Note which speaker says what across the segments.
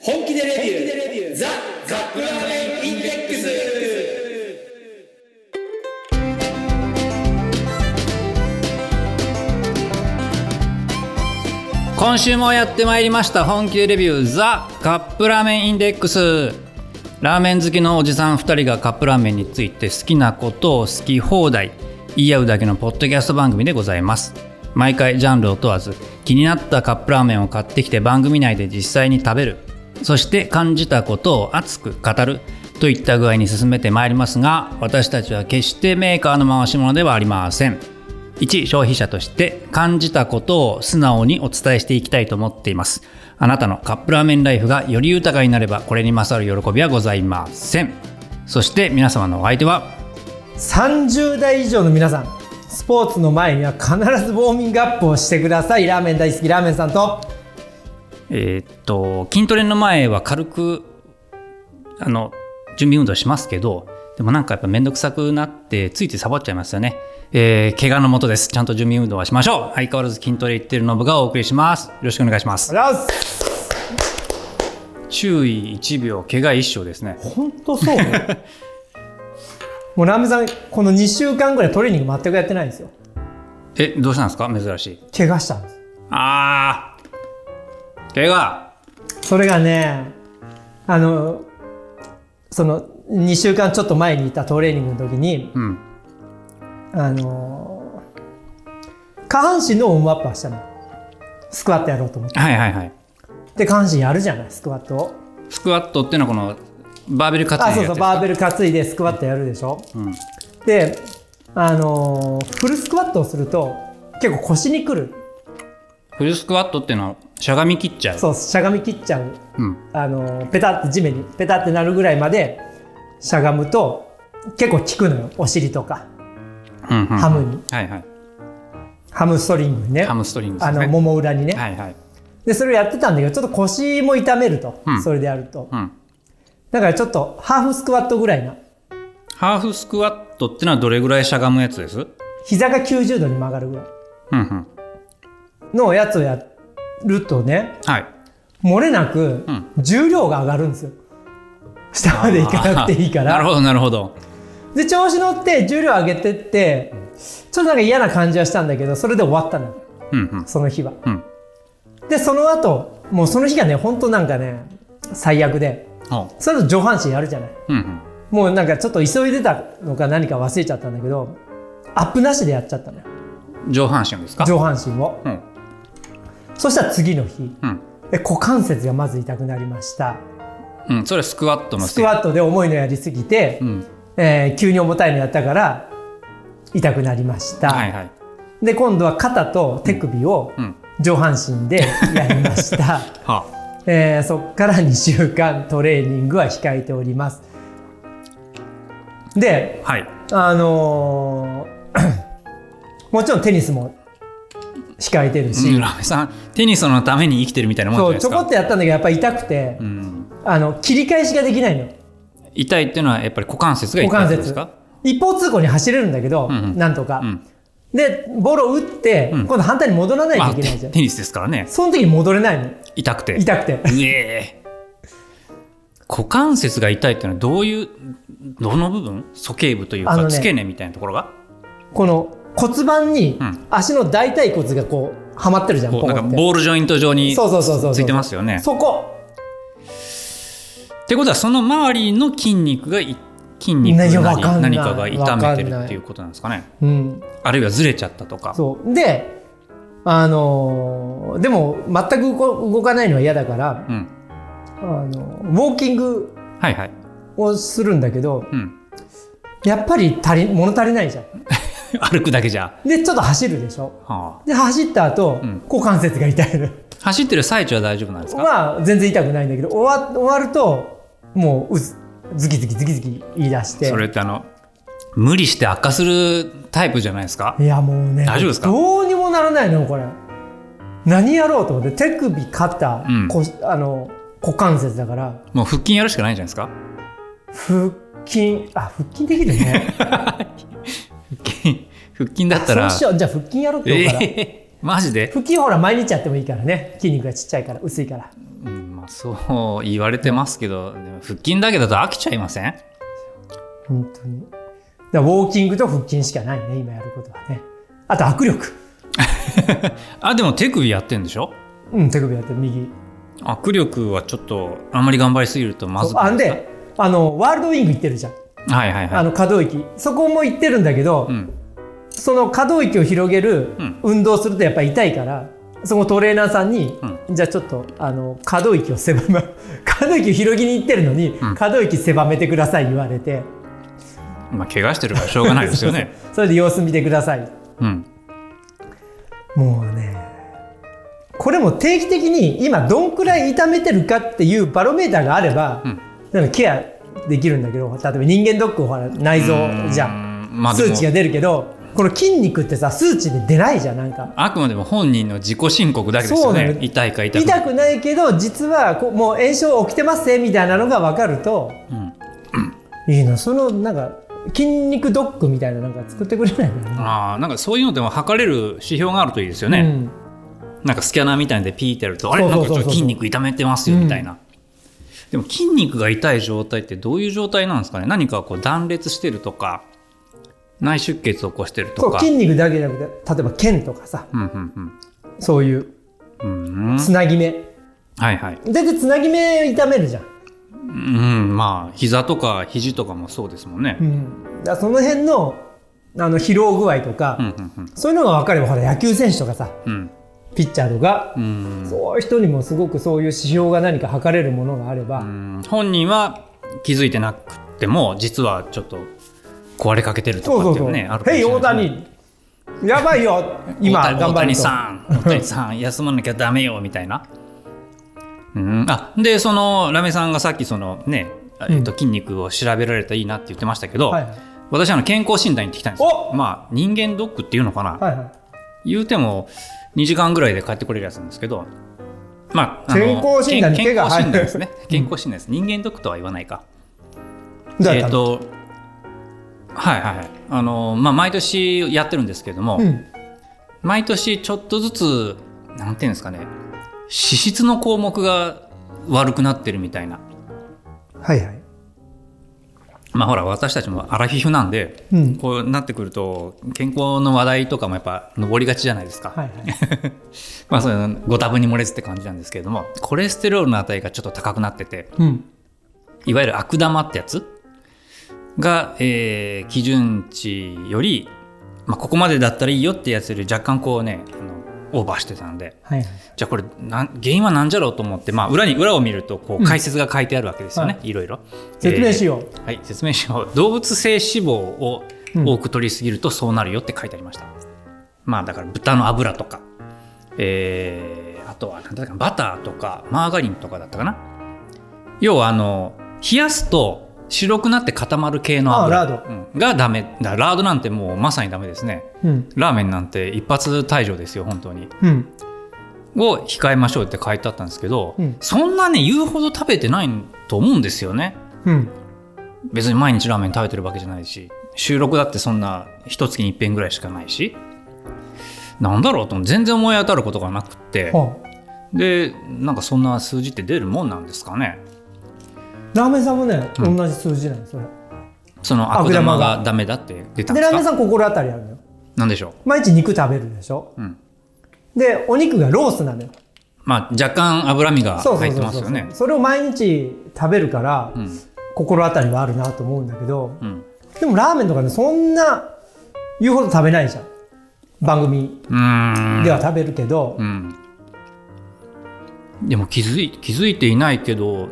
Speaker 1: でレビューザ・カップラーメンインデックス
Speaker 2: 今週もやってまいりました本気でレビューザカップラーメンインデックスラーメン好きのおじさん2人がカップラーメンについて好きなことを好き放題言い合うだけのポッドキャスト番組でございます毎回ジャンルを問わず気になったカップラーメンを買ってきて番組内で実際に食べるそして感じたことを熱く語るといった具合に進めてまいりますが私たちは決してメーカーの回し物ではありません一消費者として感じたことを素直にお伝えしていきたいと思っていますあなたのカップラーメンライフがより豊かになればこれに勝る喜びはございませんそして皆様のお相手は
Speaker 3: 30代以上の皆さんスポーツの前には必ずウォーミングアップをしてくださいラーメン大好きラーメンさんと
Speaker 2: えーっと筋トレの前は軽くあの準備運動しますけどでもなんかやっぱ面倒くさくなってついついサボっちゃいますよね、えー、怪我のもとですちゃんと準備運動はしましょう相変わらず筋トレ行ってるノブがお送りしますよろしくお願いします
Speaker 3: ラス
Speaker 2: 注意1秒怪我1生ですね
Speaker 3: 本当そうね もうラーメンさんこの2週間ぐらいトレーニング全くやってないんですよ
Speaker 2: えどうしたんですか珍しい
Speaker 3: 怪我したんです
Speaker 2: あー怪我
Speaker 3: それがねあのその2週間ちょっと前にいたトレーニングの時に
Speaker 2: うん
Speaker 3: あの下半身のウォームアップはしたのスクワットやろうと思って
Speaker 2: はいはいはい
Speaker 3: で下半身やるじゃないスクワットを
Speaker 2: スクワットっていうのはこのバーベル担い
Speaker 3: あ
Speaker 2: で
Speaker 3: そう
Speaker 2: やつ
Speaker 3: そう
Speaker 2: です
Speaker 3: バ
Speaker 2: か
Speaker 3: ーベル担いでスクワットやるでしょ、
Speaker 2: ん
Speaker 3: であのーフルスクワットをすると結構腰にくる
Speaker 2: フルスクワットっていうのはしゃがみ切っちゃう
Speaker 3: そうしゃがみ切っちゃう、
Speaker 2: うん
Speaker 3: あのーペタって地面にペタってなるぐらいまでしゃがむと結構効くのよお尻とか
Speaker 2: うんうん
Speaker 3: ハムに
Speaker 2: はいはい
Speaker 3: ハムストリングにね
Speaker 2: ハムストリングです
Speaker 3: あ
Speaker 2: ね
Speaker 3: のもも裏にね、
Speaker 2: はいはい
Speaker 3: でそれをやってたんだけどちょっと腰も痛めると、
Speaker 2: うん
Speaker 3: それでやると、
Speaker 2: うん
Speaker 3: だからちょっとハーフスクワットぐらいな
Speaker 2: ハーフスクワットってのはどれぐらいしゃがむやつですうん
Speaker 3: 膝が90度に曲がるぐらい
Speaker 2: うん
Speaker 3: のやつをやるとね
Speaker 2: はい
Speaker 3: 漏れなく
Speaker 2: うん
Speaker 3: 重量が上がるんですよ、下までいかなくていいか
Speaker 2: あーなる
Speaker 3: ら
Speaker 2: ほどなるほど
Speaker 3: で調子乗って重量上げてってちょっとなんか嫌な感じはしたんだけどそれで終わったのよ
Speaker 2: うんうん
Speaker 3: その日は
Speaker 2: うん
Speaker 3: でその後もうその日がねほんとなんかね最悪で
Speaker 2: ほ
Speaker 3: それと上半身やるじゃないう
Speaker 2: うんうん
Speaker 3: もうなんかちょっと急いでたのか何か忘れちゃったんだけどアップなしでやっちゃったのよ
Speaker 2: 上半身ですか
Speaker 3: 上半身を
Speaker 2: うん
Speaker 3: そしたら次の日
Speaker 2: うん
Speaker 3: で股関節がまず痛くなりました
Speaker 2: うんそれはスクワットの
Speaker 3: スク
Speaker 2: せい
Speaker 3: ワットで重いのやりすぎて、
Speaker 2: うん
Speaker 3: えー急に重たいのやったから痛くなりました、
Speaker 2: はいはい
Speaker 3: で今度は肩と手首を
Speaker 2: うん
Speaker 3: 上半身でやりました、
Speaker 2: はあ
Speaker 3: えーそっから2週間トレーニングは控えておりますで
Speaker 2: はい。
Speaker 3: あのー もちろんテニスも控えてるし、
Speaker 2: ラーメンさん、テニスのために生きてるみたいなもんじゃ
Speaker 3: そ
Speaker 2: ないうで
Speaker 3: ち
Speaker 2: す
Speaker 3: ょ
Speaker 2: か。
Speaker 3: こっとやったんだけどやっぱり痛くて、
Speaker 2: うん。
Speaker 3: あの切り返しができないの
Speaker 2: 痛いっていうのはやっぱり股関節が痛い
Speaker 3: 股
Speaker 2: ってことで
Speaker 3: 関節
Speaker 2: すか
Speaker 3: 一方通行に走れるんだけど、
Speaker 2: うんうん
Speaker 3: なんとか、
Speaker 2: うん。
Speaker 3: でボールを打って、
Speaker 2: うん
Speaker 3: 今度反対に戻らない
Speaker 2: ま
Speaker 3: と
Speaker 2: あ、
Speaker 3: いけない
Speaker 2: テ
Speaker 3: じゃん、
Speaker 2: テニスですからね。
Speaker 3: その時に戻れないの
Speaker 2: 痛くて。
Speaker 3: 痛くて
Speaker 2: うええ股関節が痛いっていうのはどういう、どの部分鼠径部という
Speaker 3: あの
Speaker 2: か、
Speaker 3: ね
Speaker 2: 付け根みたいなところが
Speaker 3: この骨盤に
Speaker 2: うん
Speaker 3: 足の大腿骨がこうはまってるじゃん、
Speaker 2: こう
Speaker 3: ポコ
Speaker 2: な
Speaker 3: っ
Speaker 2: ん
Speaker 3: て
Speaker 2: かボールジョイント状に
Speaker 3: そうそうそうそうそう
Speaker 2: ついてますよね。
Speaker 3: そこ
Speaker 2: ってことは、その周りの筋肉がい、筋肉
Speaker 3: ねいや
Speaker 2: な
Speaker 3: わ
Speaker 2: り
Speaker 3: かんない
Speaker 2: 何かが痛めて
Speaker 3: わかん
Speaker 2: る
Speaker 3: ない
Speaker 2: っていうことなんですかね。
Speaker 3: うん
Speaker 2: あるいはずれちゃったとか。
Speaker 3: そうであのーでも全くこ動かないのは嫌だから、
Speaker 2: うん。
Speaker 3: あのウォーキング
Speaker 2: はいはい。
Speaker 3: をするんだけど
Speaker 2: うん。
Speaker 3: やっぱり足り物足りないじゃん
Speaker 2: 歩くだけじゃ。
Speaker 3: でちょっと走るでしょ
Speaker 2: はあ。
Speaker 3: で走った後、
Speaker 2: うん
Speaker 3: 股関節が痛いの
Speaker 2: 走ってる最中は大丈夫なんですか、
Speaker 3: まあ全然痛くないんだけど終わ終わるともううずズキズキズキズキ言い出して
Speaker 2: それってあの無理して悪化するタイプじゃないですか
Speaker 3: いやもうね
Speaker 2: 大丈夫ですか
Speaker 3: どうにもならないのこれ何やろうと思って手首肩、
Speaker 2: うん
Speaker 3: 腰あの股関節だから
Speaker 2: もう腹筋やるしかないんじゃないですか
Speaker 3: 腹筋あ腹筋できるね
Speaker 2: 腹筋腹筋 だった
Speaker 3: そう
Speaker 2: ら
Speaker 3: しようじゃあ腹筋やろうって思うから、
Speaker 2: えーマジで、
Speaker 3: 腹筋ほら毎日やってもいいからね筋肉がちっちゃいから薄いから
Speaker 2: うんまあそう言われてますけど、でも腹筋だけだと飽きちゃいません
Speaker 3: 本当にだからウォーキングと腹筋しかないね今やることはねあと握力
Speaker 2: あ、でも手首やってんでしょ
Speaker 3: うん手首やって右
Speaker 2: 握力はちょっとあんまり頑張りすぎるとまずく
Speaker 3: あ
Speaker 2: ない
Speaker 3: ん
Speaker 2: です
Speaker 3: であのワールドウィング行ってるじゃん、
Speaker 2: かはいはいは
Speaker 3: あ
Speaker 2: い
Speaker 3: の可動域そこも行ってるんだけど、
Speaker 2: うん
Speaker 3: その可動域を広げる
Speaker 2: うん
Speaker 3: 運動するとやっぱり痛いから、そのトレーナーさんに、じゃあちょっとあの可動域を狭め 可動域を広げに行ってるのに、
Speaker 2: ん
Speaker 3: 可動域狭めてください言われて
Speaker 2: まあ怪我してるからしょうがないですよね
Speaker 3: そうそうそれで様子見てください
Speaker 2: うん
Speaker 3: もうねこれも定期的に今どんくらい痛めてるかっていうバロメーターがあれば、
Speaker 2: うん
Speaker 3: なんかケアできるんだけど例えば人間ドックをほら内臓じゃん
Speaker 2: うんまあで
Speaker 3: 数
Speaker 2: も
Speaker 3: 値が出るけどこの筋肉ってさ数値で出ないじゃんなんか
Speaker 2: あくまでも本人の自己申告だけですよ
Speaker 3: そうな
Speaker 2: ね
Speaker 3: の
Speaker 2: 痛いか痛くない
Speaker 3: 痛くないけど実はこうもう炎症起きてますねみたいなのが分かると
Speaker 2: うん
Speaker 3: いいなそのなんか筋肉ドックみたいななんか作ってくれないかな、
Speaker 2: あーなんかそういうのでも測れる指標があるといいですよね、
Speaker 3: うん
Speaker 2: なんかスキャナーみたいのでピーってやるとあれ
Speaker 3: そう
Speaker 2: な
Speaker 3: そ
Speaker 2: ん
Speaker 3: う
Speaker 2: か
Speaker 3: そう
Speaker 2: ちょっ
Speaker 3: そう
Speaker 2: と筋肉痛めてますよみたいな、でも筋肉が痛い状態ってどういう状態なんですかね何かこう断裂してるとか内出血を起こしてる
Speaker 3: そ
Speaker 2: と
Speaker 3: う
Speaker 2: か
Speaker 3: 筋肉だけじゃなくて例えば腱とかさ
Speaker 2: うんうん
Speaker 3: そういう
Speaker 2: うんうん
Speaker 3: つなぎ目
Speaker 2: はいはい
Speaker 3: 大体つなぎ目痛めるじゃん、
Speaker 2: うんまあ膝とか肘とかもそうですもんね
Speaker 3: う、ん、だからその辺のあの疲労具合とか、
Speaker 2: うん、うんうん
Speaker 3: そういうのが分かればほら野球選手とかさ
Speaker 2: うん
Speaker 3: ピッチャーとか、
Speaker 2: うん
Speaker 3: そういう人にもすごくそういう指標が何か測れるものがあれば、
Speaker 2: うん本人は気づいてなくても実はちょっと壊れかけてると
Speaker 3: そう
Speaker 2: か
Speaker 3: そ
Speaker 2: っ
Speaker 3: う
Speaker 2: てい
Speaker 3: そうう。
Speaker 2: ねあるかもし
Speaker 3: ヘイ
Speaker 2: れないで
Speaker 3: 大
Speaker 2: すね
Speaker 3: 谷、やばいよ。今
Speaker 2: 大谷
Speaker 3: 頑張る
Speaker 2: 大谷
Speaker 3: と。
Speaker 2: さん大谷さん休まなきゃダメよみたいなうんあでそのラメさんがさっきそのね、えっと、
Speaker 3: う
Speaker 2: 筋肉を調べられたらいいなって言ってましたけど、
Speaker 3: はいはい
Speaker 2: 私あの健康診断行ってきたんですよ
Speaker 3: お
Speaker 2: まあ人間ドックっていうのかな、
Speaker 3: はいはい。
Speaker 2: 言うても2時間ぐらいで帰ってこれるやつなんですけど、まあ、あの
Speaker 3: 健康診断に
Speaker 2: 健
Speaker 3: 手が
Speaker 2: 健康診断
Speaker 3: 入る
Speaker 2: ですね。健康診断です。人間ドックとは言わないか。
Speaker 3: だ
Speaker 2: えっ、と、はいはいはい。あの、まあ、毎年やってるんですけども、
Speaker 3: うん。
Speaker 2: 毎年ちょっとずつ、なんていうんですかね、脂質の項目が悪くなってるみたいな。
Speaker 3: はいはい。
Speaker 2: まあほら、私たちもアラフィフなんで、
Speaker 3: うん
Speaker 2: こうなってくると、健康の話題とかもやっぱ上りがちじゃないですか。
Speaker 3: はいはい。
Speaker 2: まあ、そのご多分に漏れずって感じなんですけれどもコレステロールの値がちょっと高くなってて
Speaker 3: うん。
Speaker 2: いわゆる悪玉ってやつが、えー基準値より、まあ、ここまでだったらいいよってやつより若干こうねあのオーバーしてたので
Speaker 3: はいはい。
Speaker 2: じゃあこれなん原因は何じゃろうと思って、まあ、裏に裏を見るとこう解説が書いてあるわけですよね、、
Speaker 3: はい
Speaker 2: ろいろ
Speaker 3: 説明しよう
Speaker 2: えーはい説明しよう動物性脂肪を多く取りすぎるとそうなるよって書いてありました、まあだから豚の油とかえーあとはなんだかバターとかマーガリンとかだったかな要はあの冷やすと白くなって固まる系の油
Speaker 3: あラー
Speaker 2: うんがダメだラードなんてもうまさにダメですね
Speaker 3: うん。
Speaker 2: ラーメンなんて一発退場ですよ本当に
Speaker 3: うん。
Speaker 2: を控えましょうって書いてあったんですけど、
Speaker 3: うん
Speaker 2: そんなね言うほど食べてないと思うんですよね
Speaker 3: うん。
Speaker 2: 別に毎日ラーメン食べてるわけじゃないし収録だってそんな一月に一遍ぐらいしかないしなんだろうとも全然思い当たることがなくって
Speaker 3: はあ
Speaker 2: でなんかそんな数字って出るもんなんですかね
Speaker 3: ラーメンさんもね、
Speaker 2: うん
Speaker 3: 同じ数字なんですよ。
Speaker 2: その悪
Speaker 3: 悪玉
Speaker 2: 玉
Speaker 3: が
Speaker 2: がダメだって出たん
Speaker 3: で、
Speaker 2: で
Speaker 3: ラ
Speaker 2: す
Speaker 3: ーメン
Speaker 2: か
Speaker 3: さん心当たりあるのよ。
Speaker 2: なんでしょう
Speaker 3: 毎日肉食べるでしょ
Speaker 2: うん。
Speaker 3: で、お肉がロースなのよ。
Speaker 2: まあ若干脂身が
Speaker 3: そうそ
Speaker 2: 入
Speaker 3: う
Speaker 2: って
Speaker 3: そ
Speaker 2: ま
Speaker 3: う
Speaker 2: す
Speaker 3: そ
Speaker 2: よ
Speaker 3: う
Speaker 2: ね。
Speaker 3: それを毎日食べるから
Speaker 2: う、ん
Speaker 3: 心当たりはあるなと思うんだけど、
Speaker 2: うん
Speaker 3: でもラーメンとかね、そんな言うほど食べないじゃん。番組
Speaker 2: うーん
Speaker 3: では食べるけど、
Speaker 2: うんでも気づい気づいていないけど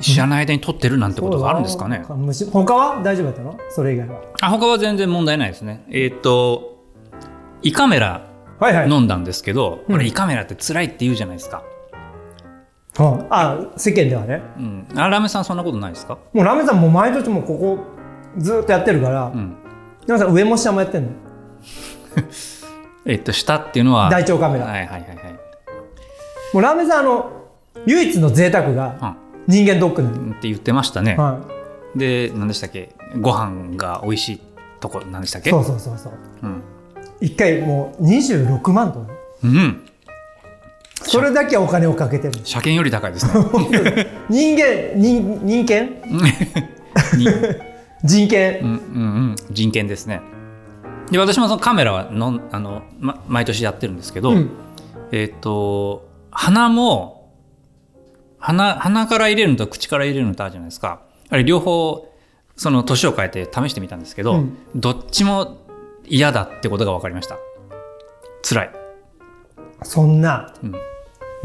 Speaker 2: 知らない間に取ってるなんてことがあるんですかね
Speaker 3: そうだな虫他は大丈夫だったのそれ以外は。
Speaker 2: あ他は全然問題ないですねえーっ、と胃カメラ
Speaker 3: はいはい。
Speaker 2: 飲んだんですけど、こ
Speaker 3: うん
Speaker 2: れ胃カメラって辛いって言うじゃないですか、
Speaker 3: うんあ、世間ではね。
Speaker 2: うん、あラーメンさんそんなことないですか
Speaker 3: もうラーメンさんもう毎年もうここずっとやってるから、
Speaker 2: ん
Speaker 3: ラーメンさん上も下もやってんの。
Speaker 2: えーっ、と下っていうのは
Speaker 3: 大腸カメラ
Speaker 2: はいはいはいはい
Speaker 3: もうラーメンさんあの、唯一の贅沢が人間ドックなの。
Speaker 2: うんって言ってましたね、
Speaker 3: は
Speaker 2: で何でしたっけご飯が美味しいとこ何でしたっ
Speaker 3: い。
Speaker 2: け
Speaker 3: そうそうそうそう。
Speaker 2: うん、
Speaker 3: 一回もう26万とか。
Speaker 2: うん、
Speaker 3: それだけお金をかけてる
Speaker 2: 車検より高いです ね
Speaker 3: 人間人人権
Speaker 2: に
Speaker 3: 人権、
Speaker 2: うんうんうん人権ですねで私もそのカメラはのんあの、ま、毎年やってるんですけど、
Speaker 3: うん
Speaker 2: えっ、と鼻も鼻鼻から入れるのと口から入れるのとあるじゃないですかあれ両方その年を変えて試してみたんですけど、
Speaker 3: うん
Speaker 2: どっちも嫌だってことが分かりました辛い、
Speaker 3: そんな
Speaker 2: うん、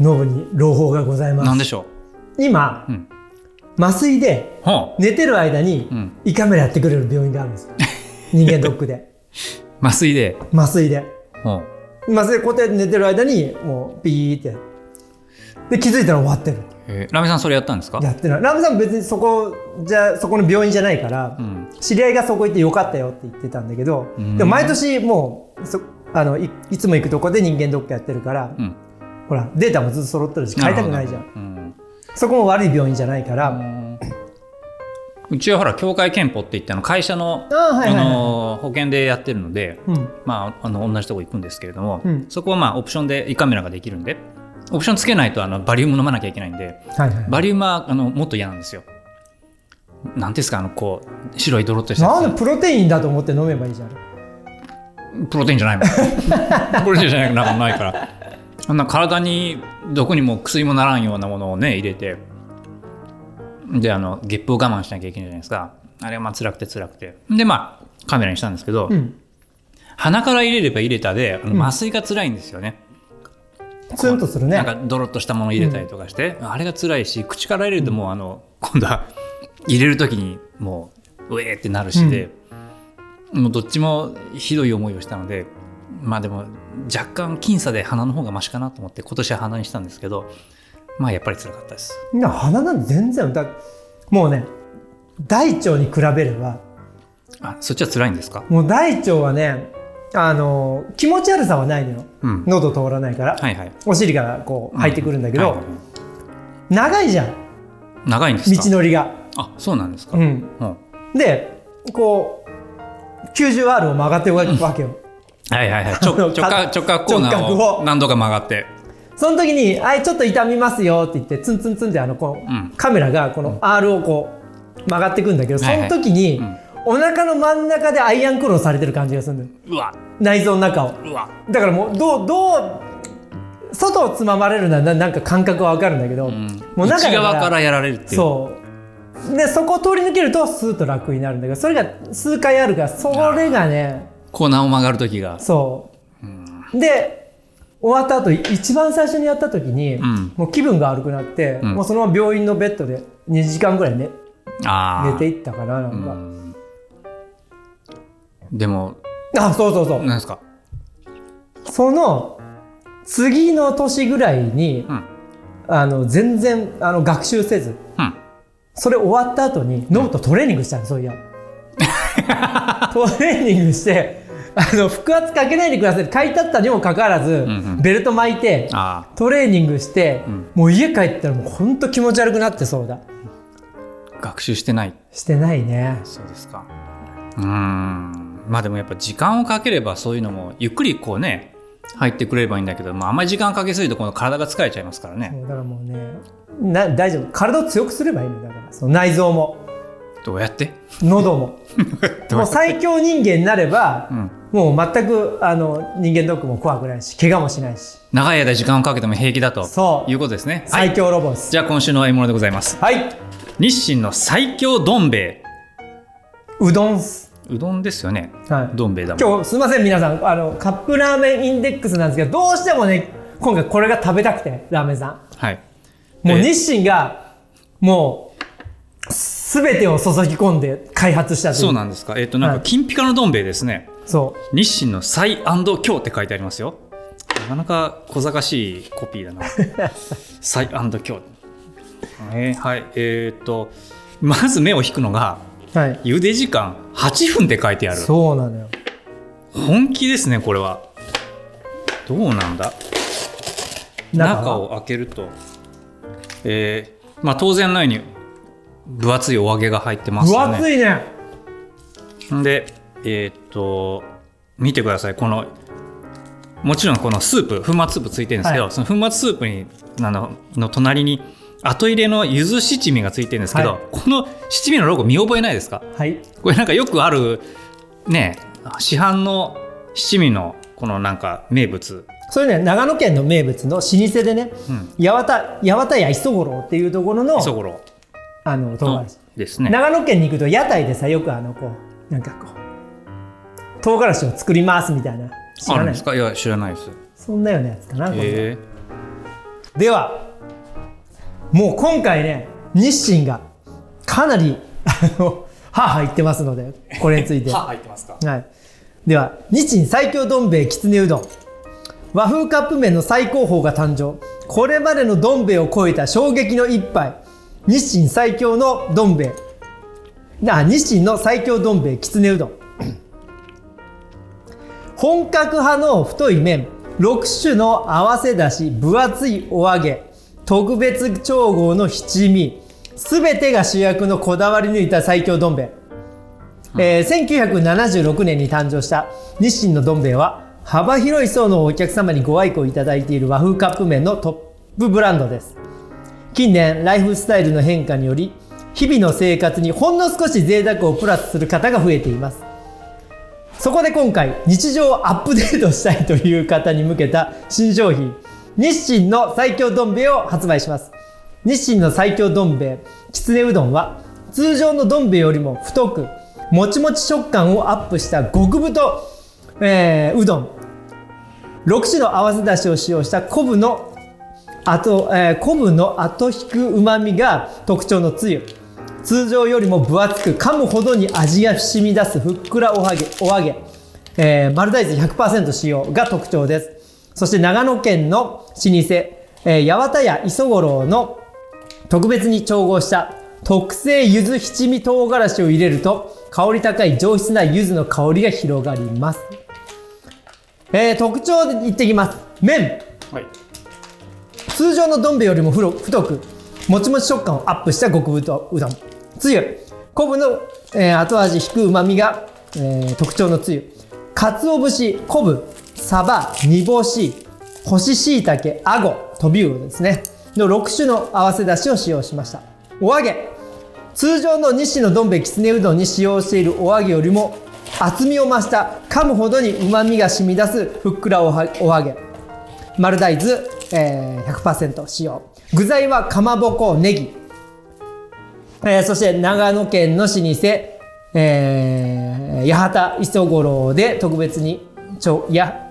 Speaker 3: ノブに朗報がございま
Speaker 2: なん
Speaker 3: す
Speaker 2: でしょ
Speaker 3: 今、
Speaker 2: うん
Speaker 3: 麻酔で
Speaker 2: うほう
Speaker 3: 寝てる間に
Speaker 2: うん
Speaker 3: 胃カメラやってくれる病院があるん ですよ人間ドックで
Speaker 2: 麻酔で
Speaker 3: 麻酔で
Speaker 2: ほう
Speaker 3: 麻酔でこうやって寝てる間にもうピーってで気づいたら終わってる
Speaker 2: えーラメさんそれやったんですか
Speaker 3: やってないラムさん別にそこじゃそこの病院じゃないから、
Speaker 2: うん
Speaker 3: 知り合いがそこ行ってよかったよって言ってたんだけど、
Speaker 2: うん
Speaker 3: でも毎年もうそあのいいつも行くとこで人間ドックやってるから、
Speaker 2: うん
Speaker 3: ほらデータもずっと揃ってるし変えたくないじゃん
Speaker 2: るほどうん
Speaker 3: そこも悪い病院じゃないから、
Speaker 2: うちはほら協会憲法って言ってあの会社の
Speaker 3: あーはいはいはい
Speaker 2: あのー保険でやってるので、
Speaker 3: うん
Speaker 2: まあ、あの同じとこ行くんですけれども、
Speaker 3: うん
Speaker 2: そこはまあオプションで胃カメラができるんでオプションつけないとあのバリウム飲まなきゃいけないんで
Speaker 3: はいはい
Speaker 2: バリウムはあのもっと嫌なんですよ。なんていうんですかあのこう白いドロッとしたやつ
Speaker 3: なんでプロテインだと思って飲めばいいじゃん
Speaker 2: プロテインじゃないも んプロテインじゃないなんかないからあんな体に毒にも薬もならんようなものをね入れてであのゲップを我慢しなきゃいけないじゃないですかあれがまあ辛くて辛くてでまあカメラにしたんですけど、
Speaker 3: うん
Speaker 2: 鼻から入れれば入れたであの麻酔が辛いんですよね、
Speaker 3: ツンとする
Speaker 2: な
Speaker 3: ね
Speaker 2: んかドロッとしたもの入れたりとかして、あれが辛いし口から入れるともうあの今度は入れる時にもううえーってなるしで、もうどっちもひどい思いをしたのでまあでも若干僅差で鼻の方がマシかなと思って今年は鼻にしたんですけどまあやっぱり辛かったです
Speaker 3: みんな鼻なんて全然だもうね大腸に比べれば
Speaker 2: あそっちは辛いんですか
Speaker 3: もう大腸はねあの気持ち悪さはないのよ
Speaker 2: うん
Speaker 3: 喉通らないから、
Speaker 2: はいはい
Speaker 3: お尻からこう入ってくるんだけど、
Speaker 2: はいはいはい
Speaker 3: 長いじゃん
Speaker 2: 長いんです
Speaker 3: 道
Speaker 2: か
Speaker 3: のりが。
Speaker 2: あそうなんですか、
Speaker 3: うん、
Speaker 2: うん
Speaker 3: でこう 90R を曲がってるわけよ。
Speaker 2: はいはいはいちょ直角直角コーナ
Speaker 3: 直
Speaker 2: ー
Speaker 3: 角
Speaker 2: を
Speaker 3: を
Speaker 2: 何度か曲がって
Speaker 3: その時に「あいちょっと痛みますよ」って言ってツンツンツンってあのこ
Speaker 2: う
Speaker 3: う、
Speaker 2: ん
Speaker 3: カメラがこの R をこう曲がってくんだけどそ
Speaker 2: はいは
Speaker 3: の
Speaker 2: い
Speaker 3: 時に、
Speaker 2: うん
Speaker 3: お腹の真ん中でアイアンクローされてる感じがするのよ
Speaker 2: うわ
Speaker 3: 内臓の中を。
Speaker 2: うわ
Speaker 3: だからもうどうどう外をつままれるのはななんか感覚はわかるんだけど、もう中
Speaker 2: 内
Speaker 3: だ
Speaker 2: 側からやられるっていう
Speaker 3: そうでそこを通り抜けるとスーッと楽になるんだけどそれが数回あるからそれがね
Speaker 2: コーナーを曲がる時が
Speaker 3: そうで終わった後い一番最初にやった時に、
Speaker 2: ん
Speaker 3: もう気分が悪くなって、
Speaker 2: ん
Speaker 3: もうそのまま病院のベッドで2時間ぐらい寝
Speaker 2: あー
Speaker 3: 寝ていったかななん
Speaker 2: う
Speaker 3: か、
Speaker 2: んでも
Speaker 3: あそうそうそう、
Speaker 2: 何ですか
Speaker 3: その次の年ぐらいに、
Speaker 2: うん
Speaker 3: あの全然あの学習せず
Speaker 2: うん
Speaker 3: それ終わった後にノブとトレーニングしたの、そういやトレーニングしてあの腹圧かけないでくださいって書いてあったにもかかわらず、
Speaker 2: うん
Speaker 3: ベルト巻いて
Speaker 2: あ
Speaker 3: トレーニングして、
Speaker 2: ん
Speaker 3: もう家帰ったらもうほんと気持ち悪くなってそうだ
Speaker 2: ー学習してない
Speaker 3: してないね
Speaker 2: そうですかうーんまあでもやっぱ時間をかければそういうのもゆっくりこうね入ってくれればいいんだけど、まあ、あんまり時間かけすぎるとこの体が疲れちゃいますからね
Speaker 3: もうだからもうねな大丈夫体を強くすればいいのだからその内臓も
Speaker 2: どうやって
Speaker 3: 喉 も
Speaker 2: う
Speaker 3: もう最強人間になれば、
Speaker 2: ん
Speaker 3: もう全くあの人間ドックも怖くないし怪我もしないし
Speaker 2: 長い間時間をかけても平気だと
Speaker 3: そう
Speaker 2: いうことですねはい
Speaker 3: 最強ロボです、
Speaker 2: じゃあ今週の獲物でございます
Speaker 3: はい
Speaker 2: 日清の最強どん兵衛
Speaker 3: うどんっす
Speaker 2: うどんですよね、
Speaker 3: はい
Speaker 2: どん兵衛だもん
Speaker 3: 今日すいません皆さんあのカップラーメンインデックスなんですけどどうしてもね今回これが食べたくてラーメンさん
Speaker 2: はい
Speaker 3: もう
Speaker 2: え
Speaker 3: 日清がもう全てを注ぎ込んで開発したという
Speaker 2: そうなんですか。えっ、と、なん
Speaker 3: は
Speaker 2: か、
Speaker 3: い
Speaker 2: 金ピカのどん兵衛ですね。
Speaker 3: そ
Speaker 2: 日清の最強って書いてありますよ。なかなか小賢しいコピーだな。 最強。えーはい。えっ、と、まず目を引くのが、
Speaker 3: うはい
Speaker 2: 茹で時間8分って書いてある。
Speaker 3: そうなのよ
Speaker 2: 本気ですね、これは。どうなんだ
Speaker 3: 中は
Speaker 2: 中を開けると、えーまあ当然のように分厚いお揚げが入ってます
Speaker 3: 分
Speaker 2: よね。
Speaker 3: 厚いね
Speaker 2: でえーっと見てくださいこのもちろんこのスープ粉末スープついてるんですけど、
Speaker 3: はい
Speaker 2: その粉末スープにあのの隣に後入れの柚子七味がついてるんですけど、
Speaker 3: はい
Speaker 2: この七味のロゴ見覚えないですか
Speaker 3: はい
Speaker 2: これなんかよくあるね市販の七味のこのなんか名物
Speaker 3: それね長野県の名物の老舗でね、
Speaker 2: うん
Speaker 3: 八幡八幡屋磯五郎っていうところの
Speaker 2: そごろ
Speaker 3: あの唐
Speaker 2: の
Speaker 3: 辛子、
Speaker 2: ですね
Speaker 3: 長野県に行くと屋台でさよくあのこうなんかこう唐辛子を作りますみたいな知
Speaker 2: ある
Speaker 3: ら
Speaker 2: ん
Speaker 3: な
Speaker 2: で
Speaker 3: い
Speaker 2: すかいや知らないです
Speaker 3: そんなようなやつかな、これ
Speaker 2: へえ
Speaker 3: ではもう今回ね日清がかなりあのはは言ってますのでこれについては
Speaker 2: 入ってますか
Speaker 3: いでは日清最強どん兵衛きつねうどん和風カップ麺の最高峰が誕生これまでのどん兵衛を超えた衝撃の一杯日清最強のどん兵衛な日清の最強どん兵衛きつねうどん 本格派の太い麺6種の合わせだし分厚いお揚げ特別調合の七味すべてが主役のこだわり抜いた最強どん兵衛、えー1976年に誕生した日清のどん兵衛は幅広い層のお客様にご愛顧いただいている和風カップ麺のトップブランドです近年ライフスタイルの変化により日々の生活にほんの少し贅沢をプラスする方が増えていますそこで今回日常をアップデートしたいという方に向けた新商品日清の最強どん兵衛を発売します日清の最強どん兵衛きつねうどんは通常のどん兵衛よりも太くもちもち食感をアップした極太、えーうどん6種の合わせだしを使用した昆布のあと、えー昆布の後引くうまみが特徴のつゆ通常よりも分厚く噛むほどに味が染み出すふっくらおはげお揚げ、えー、丸大豆100%使用が特徴ですそして長野県の老舗、えー八幡屋磯五郎の特別に調合した特製柚子七味唐辛子を入れると香り高い上質な柚子の香りが広がります、えー特徴でいってきます麺
Speaker 2: はい
Speaker 3: 通常のどん兵衛よりもふろ太くもちもち食感をアップした極太うどんつゆ昆布の、えー後味引くうまみが、えー特徴のつゆかつお節昆布サバ煮干し干し椎茸あごトビウオですねの6種の合わせだしを使用しましたお揚げ通常の西のどん兵衛きつねうどんに使用しているお揚げよりも厚みを増した噛むほどにうまみが染み出すふっくらおはお揚げ丸大豆、えー、100%使用具材はかまぼこネギ、えーそして長野県の老舗、えー八幡磯五郎で特別にちょや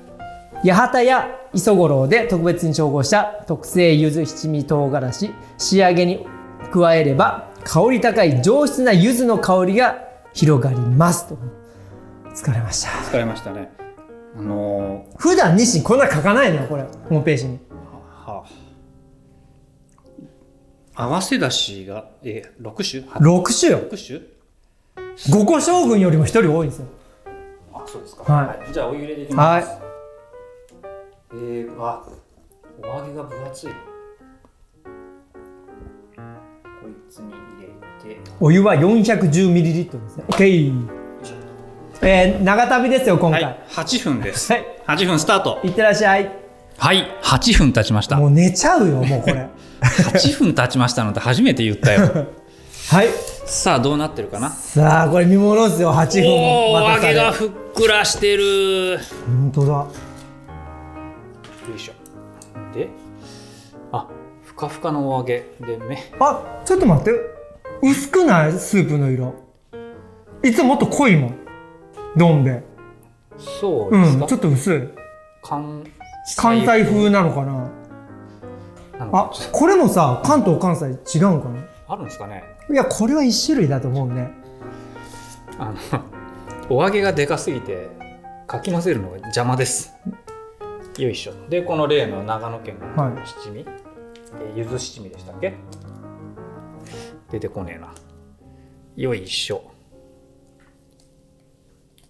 Speaker 3: 八幡や磯五郎で特別に調合した特製柚子七味唐辛子仕上げに加えれば香り高い上質な柚子の香りが広がりますと疲れました
Speaker 2: 使いましたねあのー
Speaker 3: 普段日清こんな書かないのよこれホームページに
Speaker 2: はあ、合わせだしが、えー、6種
Speaker 3: 6種よ
Speaker 2: ?6
Speaker 3: 五個将軍よりも一人多いんですよ。
Speaker 2: 種あそうですか、
Speaker 3: はい
Speaker 2: じゃあお湯入れていき
Speaker 3: はい
Speaker 2: ます、えー、あお揚げが分厚いこいつに入れて
Speaker 3: お湯は410ミリリットルですね。OK。えー、長旅ですよ今
Speaker 2: は
Speaker 3: 回。はいい。
Speaker 2: 8分です8分スタート
Speaker 3: いってらっしゃい。
Speaker 2: はい8分経ちました
Speaker 3: もう寝ちゃうよもうこ れ。はい。
Speaker 2: 8分経ちましたのって初めて言った よさあどうなってるかな
Speaker 3: さあこれ見ものですよ8分
Speaker 2: おお
Speaker 3: も
Speaker 2: ーお揚
Speaker 3: 待たさ
Speaker 2: げ
Speaker 3: れ
Speaker 2: が。ふっくらしてる
Speaker 3: 本当だ。
Speaker 2: よいしょであふかふかのお揚げで目
Speaker 3: あちょっと待って。薄くないスープの色。いつももっと濃いもん。どん兵衛。
Speaker 2: そう
Speaker 3: う
Speaker 2: ですか、
Speaker 3: んちょっと薄い。
Speaker 2: 関
Speaker 3: 関西風なのかな。
Speaker 2: なの
Speaker 3: あ
Speaker 2: か
Speaker 3: これもさ関東関西違うんかな。
Speaker 2: あるんですかね
Speaker 3: いやこれは一種類だと思うね。
Speaker 2: あの お揚げがでかすぎてかき混ぜるのが邪魔ですよいしょでこの例の長野県
Speaker 3: は
Speaker 2: の
Speaker 3: い
Speaker 2: 七味、えー柚子七味でしたっけ出てこねえなよいしょ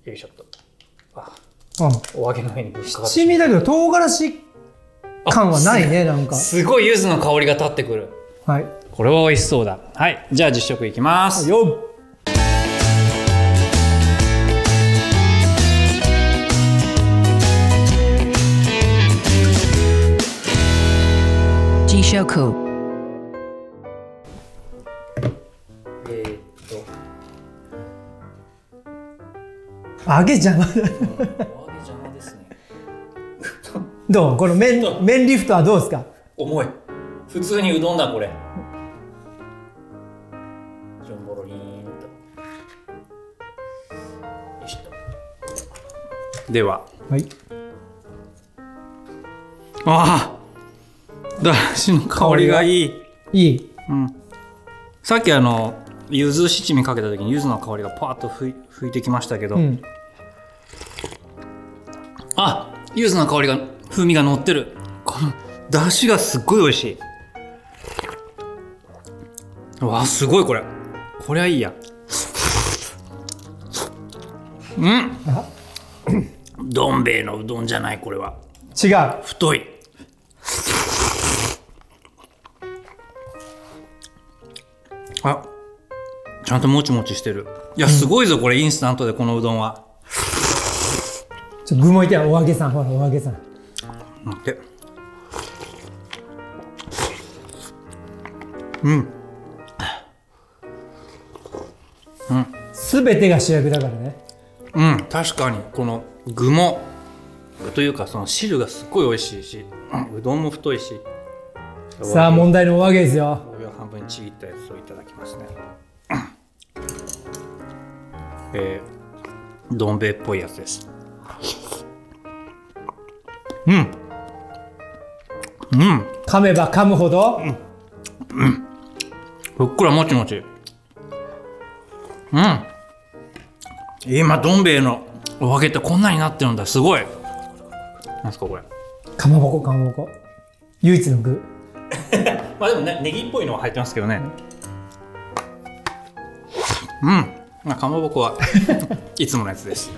Speaker 2: よいしょっとあ
Speaker 3: うん。
Speaker 2: お揚げの上にぶっかかってしま
Speaker 3: 七味
Speaker 2: う
Speaker 3: だけど唐辛子感はないねなんか
Speaker 2: すごい柚子の香りが立ってくる
Speaker 3: はい
Speaker 2: これは美味しそうだはいじゃあ実食いきます
Speaker 3: よ
Speaker 1: 「
Speaker 4: Shoku.
Speaker 2: えーっと
Speaker 3: 揚げ邪魔
Speaker 2: お
Speaker 3: だ
Speaker 2: 揚げ邪魔ですね
Speaker 3: どうこの麺麺リフトはどうですか
Speaker 2: 重い普通にうどんだこれジョンボロリーンとよいしょでは
Speaker 3: はい
Speaker 2: ああだしの香りがいい
Speaker 3: いい
Speaker 2: さっきあの柚子七味かけた時に柚子の香りがパーッとふい吹いてきましたけど、
Speaker 3: うん
Speaker 2: あ柚子の香りが風味が乗ってるこの出汁がすっごい美味しいわあすごいこれこれはいいやうんどん兵衛のうどんじゃないこれは
Speaker 3: 違う
Speaker 2: 太いあちゃんともちもちしてるいやすごいぞこれインスタントでこのうどんは
Speaker 3: ちょ具もいてよお揚げさんほらお揚げさん
Speaker 2: 待ってうん
Speaker 3: すべてが主役だからね
Speaker 2: うん確かにこの具も具というかその汁がすっごい美味しいし、うんうどんも太いし
Speaker 3: さあ問題のお揚げですよ
Speaker 2: これを半分にちぎったやつをいただきますねえー、どん兵衛っぽいやつですうんうん
Speaker 3: 噛めば噛むほど、
Speaker 2: ふっくらもちもちうん今どん兵衛のお揚げってこんなになってるんだすごいなんすかこれ
Speaker 3: かまぼこかまぼこ唯一の具
Speaker 2: まあでもね、ネギっぽいのは入ってますけどね。うん。まあ、かまぼこは いつものやつです。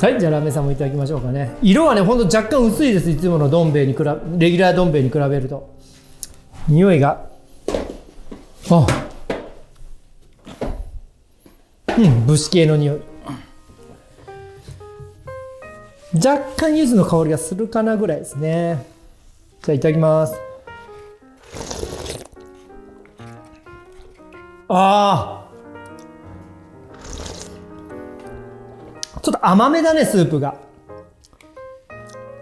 Speaker 3: はいじゃあラーメンさんもいただきましょうかね色はねほんと若干薄いですいつものどん兵衛に比べレギュラーどん兵衛に比べると匂いがあうん武士系の匂い若干柚子の香りがするかなぐらいですねじゃあいただきますああちょっと甘めだねスープが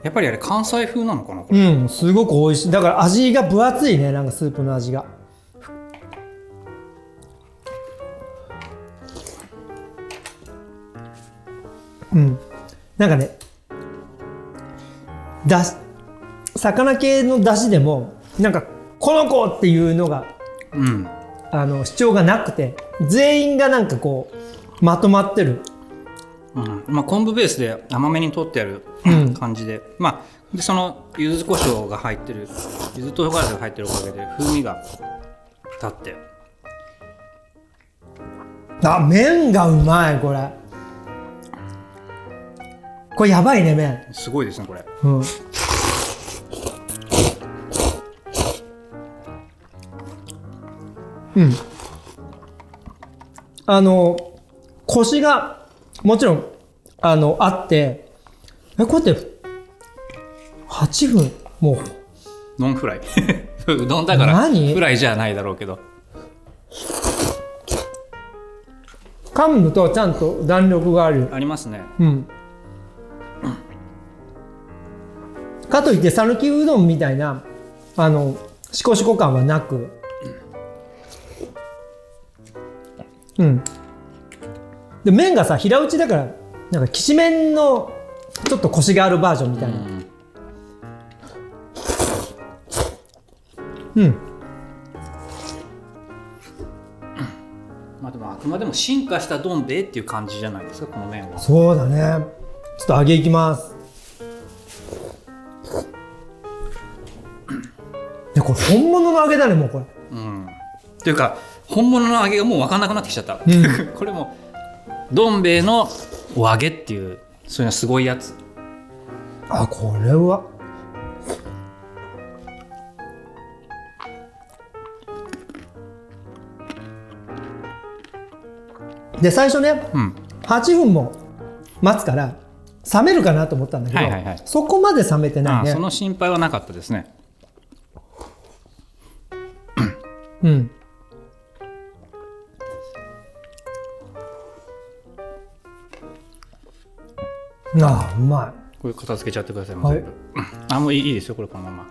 Speaker 2: やっぱりあれ関西風なのかなこれ
Speaker 3: うんすごく美味しいだから味が分厚いねなんかスープの味がうんなんかねだし魚系のだしでもなんかこの子っていうのが
Speaker 2: うん。
Speaker 3: あの主張がなくて全員がなんかこうまとまってる
Speaker 2: うん。まあ、昆布ベースで甘めに取ってある
Speaker 3: うん
Speaker 2: 感じで。まあ、で、その、柚子胡椒が入ってる、柚子唐辛子が入ってるおかげで風味が立って。
Speaker 3: あ麺がうまいこれこれやばいね麺
Speaker 2: すごいですね、これ。
Speaker 3: うんうん。あの、腰が、もちろん、あの、あって、え、こうやって、8分、もう、
Speaker 2: ノンフライ。 うどんだから、
Speaker 3: 何
Speaker 2: フライじゃないだろうけど。
Speaker 3: 噛むとちゃんと弾力がある。
Speaker 2: ありますね。
Speaker 3: うん。かといって、讃岐うどんみたいな、あの、しこしこ感はなく、うん。で、麺がさ、平打ちだから、なんか、きしめんの、ちょっとコシがあるバージョンみたいな。うん。
Speaker 2: まあ、でも、あくまでも進化したどん兵衛っていう感じじゃないですか、この麺は。
Speaker 3: そうだね。ちょっと揚げいきます。で、これ本物の揚げだね、もうこれ。
Speaker 2: うんというか本物の揚げがもう分かんなくなってきちゃった、
Speaker 3: う
Speaker 2: これもどん兵衛のお揚げっていうそういうのすごいやつ
Speaker 3: あ、これは。で、最初ね、
Speaker 2: うん
Speaker 3: 8分も待つから、冷めるかなと思ったんだけど、
Speaker 2: はいはいはい
Speaker 3: そこまで冷めて
Speaker 2: あ
Speaker 3: ない
Speaker 2: あ
Speaker 3: ね。
Speaker 2: その心配はなかったですね
Speaker 3: うんああうま
Speaker 2: これ片付けちゃってください、
Speaker 3: はい
Speaker 2: 全部あもういいいいですよこれこのまま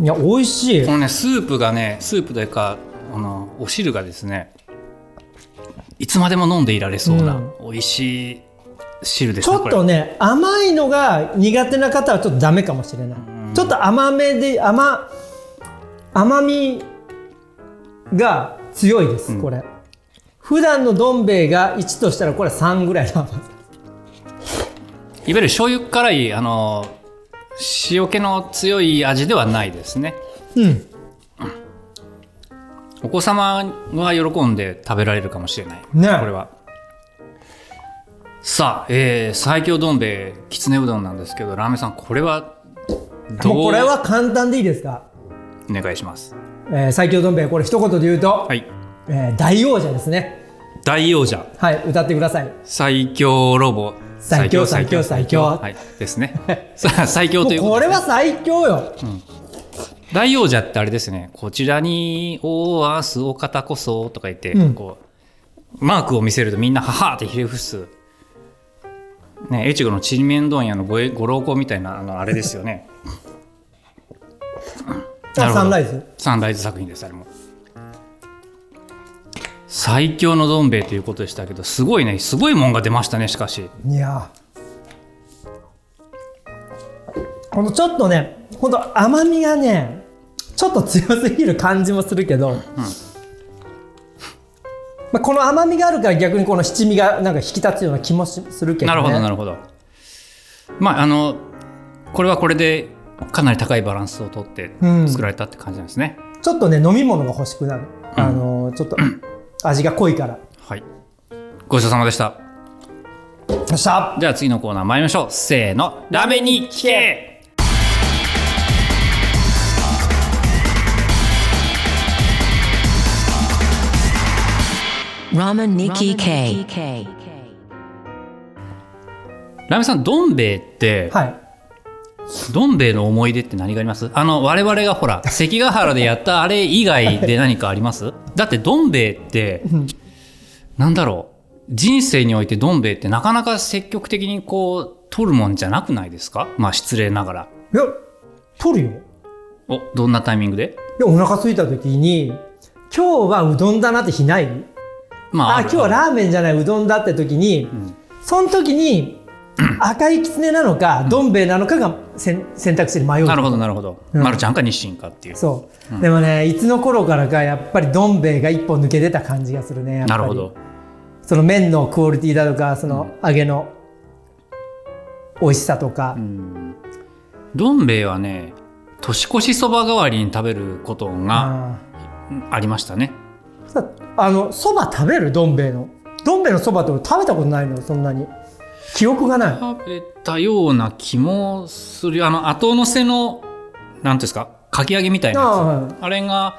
Speaker 3: いいや美味しい
Speaker 2: このねスープがねスープというかあのお汁がですねいつまでも飲んでいられそうな、美味しい汁です
Speaker 3: ち
Speaker 2: ね
Speaker 3: ょっとね甘いのが苦手な方はちょっとダメかもしれないちょっと甘めで甘甘みが強いです、これ普段のどん兵衛が1としたらこれ3ぐらいの甘
Speaker 2: こ
Speaker 3: さ
Speaker 2: れいわゆる醤油辛いあの塩気の強い味ではないですね
Speaker 3: うん
Speaker 2: お子様が喜んで食べられるかもしれない、
Speaker 3: ね
Speaker 2: これはさあ、えー最強どん兵衛きつねうどんなんですけどラーメンさんこれはどう
Speaker 3: もうこれは簡単でいいですか、
Speaker 2: お願いします
Speaker 3: えー最強どん兵衛これ一言で言うと、
Speaker 2: はい
Speaker 3: えー大王者ですね
Speaker 2: 大王者
Speaker 3: はい歌ってください
Speaker 2: 最強ロボ
Speaker 3: 最強最強最強
Speaker 2: はいですねさあ最強
Speaker 3: も
Speaker 2: といううこ
Speaker 3: ことれ
Speaker 2: で
Speaker 3: は最強よ、
Speaker 2: 大王者ってあれですねこちらに「おおあすお方こそ」とか言って、
Speaker 3: うん
Speaker 2: こうマークを見せるとみんな「はは」ってひれ伏すね越後のちりめんどん屋のごえご老公みたいなあのあれですよねなるほ
Speaker 3: あ
Speaker 2: ど
Speaker 3: サンライズ
Speaker 2: サンライズ作品ですあれも最強のどん兵衛ということでしたけどすごいねすごいもんが出ましたねしかし
Speaker 3: いやーこのちょっとねほんと甘みがねちょっと強すぎる感じもするけど、まあ、この甘みがあるから逆にこの七味がなんか引き立つような気もしするけど、ね、
Speaker 2: なるほどなるほどまああのこれはこれでかなり高いバランスをとって
Speaker 3: うん
Speaker 2: 作られたって感じなんですね、
Speaker 3: ちょっとね飲み物が欲しくなる、あのーちょっと味が濃いからよ
Speaker 2: はいごちそうさまでした
Speaker 3: っしゃ
Speaker 2: じゃあ次のコーナー参りましょうせーのラメに聞け
Speaker 4: ラーメンニキ K.
Speaker 2: ラメさんどん兵衛って、
Speaker 3: はい
Speaker 2: どん兵衛の思い出って何がありますあの我々がほ ら関ヶ原でやったあれ以外で何かありますだってどん兵衛ってなんだろう人生においてどん兵衛ってなかなか積極的にこう取るもんじゃなくないですかまあ失礼ながら
Speaker 3: いや取るよ
Speaker 2: おどんなタイミングで
Speaker 3: でお腹空いた時に今日はうどんだなって日ない
Speaker 2: ま
Speaker 3: あ
Speaker 2: ある
Speaker 3: 今日はラーメンじゃないうどんだって時に、その時に赤いきつねなのかどん兵衛なのかが選選択肢で迷う
Speaker 2: なるほどなるほど、
Speaker 3: うん
Speaker 2: まるちゃんか日清かっていう
Speaker 3: そう、でもねいつの頃からかやっぱりどん兵衛が一歩抜け出た感じがするねやっぱ
Speaker 2: な
Speaker 3: り
Speaker 2: るほど
Speaker 3: その麺のクオリティだとかその揚げの美味しさとか、
Speaker 2: どん兵衛はね年越しそば代わりに食べることが
Speaker 3: あ
Speaker 2: ありましたね、
Speaker 3: ーさあのそば食べるどん兵衛のどん兵衛のそばって俺食べたことないのそんなに記憶がない
Speaker 2: 食べたような気もするあの後乗せのなんていうんですかかき揚げみたいなやつ
Speaker 3: あ
Speaker 2: あ,、
Speaker 3: あはい
Speaker 2: れが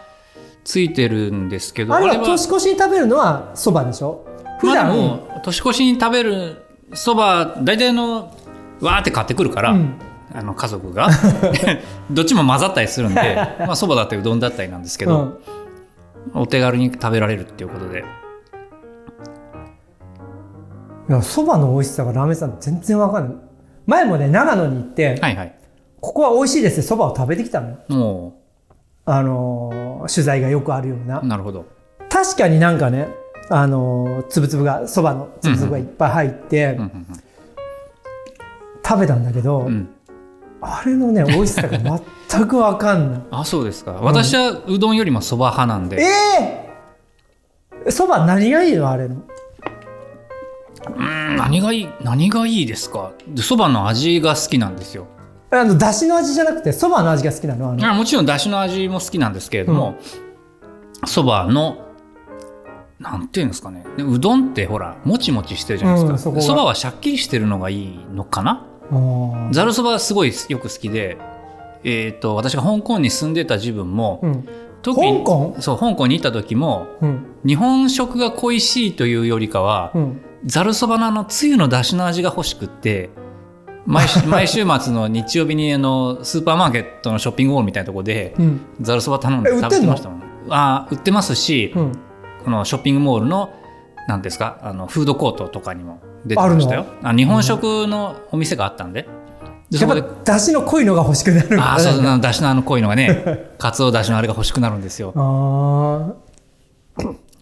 Speaker 2: ついてるんですけど
Speaker 3: あれは
Speaker 2: は
Speaker 3: 年越しに食べるのはそばでしょ普段、
Speaker 2: まあでも年越しに食べるそば大体のわーって買ってくるから、
Speaker 3: うん
Speaker 2: あの家族 がどっちも混ざったりするんでまあそばだったりうどんだったりなんですけど、お手軽に食べられるっていうことで
Speaker 3: うん、いやそばの美味しさがラーメン屋さん全然わかんない前もね長野に行って、
Speaker 2: はいはい
Speaker 3: ここは美味しいですってそばを食べてきたのよ
Speaker 2: も
Speaker 3: あのー取材がよくあるような、
Speaker 2: うなるほど
Speaker 3: 確かになんかねあのー、つぶつぶがそばのつぶつぶがいっぱい入って、
Speaker 2: うんうん
Speaker 3: 食べたんだけど、
Speaker 2: うんうん
Speaker 3: あれのね美味しさが全くわかんない
Speaker 2: あそうですか私はうどんよりもそば派なんで、
Speaker 3: ええそば何がいいのあれの
Speaker 2: うん何がいい何がいいですかでそばの味が好きなんですよ
Speaker 3: あのだしの味じゃなくてそばの味が好きなのあの
Speaker 2: あもちろんだしの味も好きなんですけれどもそば、のなんていうんですかねでうどんってほらもちもちしてるじゃない
Speaker 3: うん
Speaker 2: です
Speaker 3: そこ
Speaker 2: か
Speaker 3: が
Speaker 2: そば、はシャッキリしてるのがいいのかな
Speaker 3: あー
Speaker 2: ざるそばはすごいよく好きで、えー、と私が香港に住んでた自分も、
Speaker 3: うん
Speaker 2: 特に
Speaker 3: 香港
Speaker 2: そう香港にいた時も
Speaker 3: うん
Speaker 2: 日本食が恋しいというよりかは
Speaker 3: うん
Speaker 2: ざるそばのあのつゆの出汁の味が欲しくって毎 週毎週末の日曜日にあのスーパーマーケットのショッピングモールみたいなとこで
Speaker 3: うん
Speaker 2: ざるそば頼んで
Speaker 3: え売っ
Speaker 2: 食
Speaker 3: て
Speaker 2: べ
Speaker 3: ん
Speaker 2: て
Speaker 3: の
Speaker 2: ましたもんは売ってますし、
Speaker 3: うん、
Speaker 2: このショッピングモールの何ですかあのフードコートとかにも出てましたよあ日本食のお店があったんで,、で
Speaker 3: や
Speaker 2: そこで
Speaker 3: っぱ出汁の濃いのが欲しくなる
Speaker 2: ああそうそう
Speaker 3: な
Speaker 2: あのだしのあの濃いのが ねかつおだしのあれが欲しくなるんですよ
Speaker 3: あ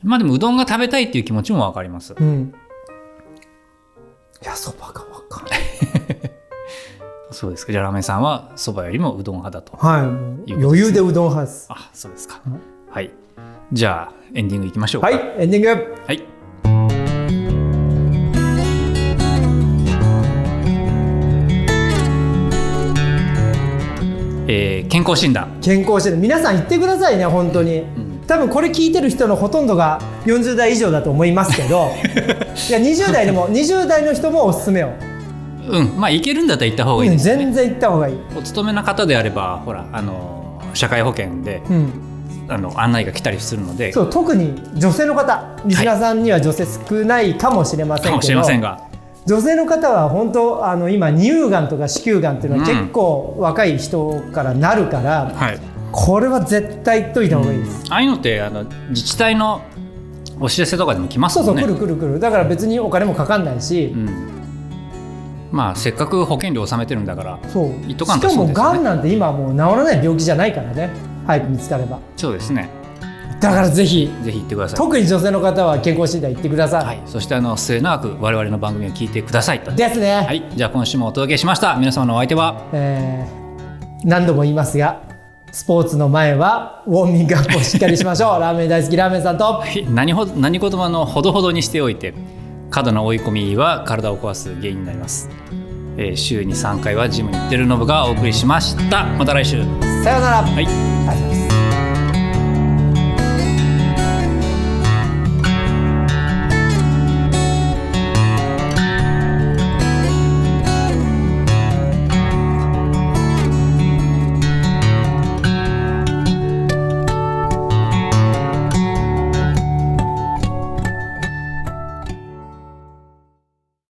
Speaker 2: まあでもうどんが食べたいっていう気持ちもわかります
Speaker 3: ーうんいやそばがわかんない
Speaker 2: そうですかじゃあラーメンさんはそばよりもうどん派だと
Speaker 3: はい
Speaker 2: いうことですね
Speaker 3: 余裕でうどん派です
Speaker 2: あそうですか、
Speaker 3: うん
Speaker 2: はいじゃあエンディングいきましょうか
Speaker 3: はいエンディング
Speaker 2: はい。えー健康診断。
Speaker 3: 健康してる皆さん言ってくださいね本当に、
Speaker 2: ん
Speaker 3: 多分これ聞いてる人のほとんどが40代以上だと思いますけ どいや20代でも20代の人もおすすめを、
Speaker 2: うん、まあ、いけるんだったら行った方がいい
Speaker 3: うん
Speaker 2: ですよね。
Speaker 3: 全然行った方がいい、
Speaker 2: お勤めの方であれば、ほら、あのー、社会保険で、
Speaker 3: うん、
Speaker 2: あの、案内が来たりするので。
Speaker 3: そう特に女性の方リスナーさんには女性少ないかもしれませ
Speaker 2: か
Speaker 3: ん
Speaker 2: も
Speaker 3: け
Speaker 2: し
Speaker 3: ど、
Speaker 2: れませんが。
Speaker 3: 女性の方は本当あの今乳がんとか子宮がんっていうのは結構若い人からなるから、
Speaker 2: はい。
Speaker 3: これは絶対行っといた方がいいです、
Speaker 2: ああいうのって、あの、自治体の。お知らせとかでも来ます
Speaker 3: そ
Speaker 2: も
Speaker 3: うんそう、
Speaker 2: ね。
Speaker 3: くるくるくるだから別にお金もかかんないし、
Speaker 2: うん。まあ、せっかく保険料納めてるんだから。
Speaker 3: そう
Speaker 2: 言っとかんと
Speaker 3: しか
Speaker 2: そう
Speaker 3: も
Speaker 2: ですよね
Speaker 3: がんなんて今はもう治らない病気じゃないからね早く見つかれば
Speaker 2: そうですね。
Speaker 3: だからぜひ
Speaker 2: ぜひ行ってください。
Speaker 3: 特に女性の方は健康診断行ってください、
Speaker 2: はい、そしてあの末永く我々の番組を聞いてくださいと。
Speaker 3: ですね、
Speaker 2: はい、じゃあ今週もお届けしました。皆様のお相手は
Speaker 3: えー何度も言いますがスポーツの前はウォーミングアップをしっかりしま しょうラーメン大好きラーメンさんと
Speaker 2: ひ何ほど何事もあのほどほどにしておいて過度な追い込みは体を壊す原因になります。えー週に3回はジムに行ってるノブがお送りしました。また来週。は
Speaker 3: さようなら、あり
Speaker 2: い。
Speaker 3: がとうございます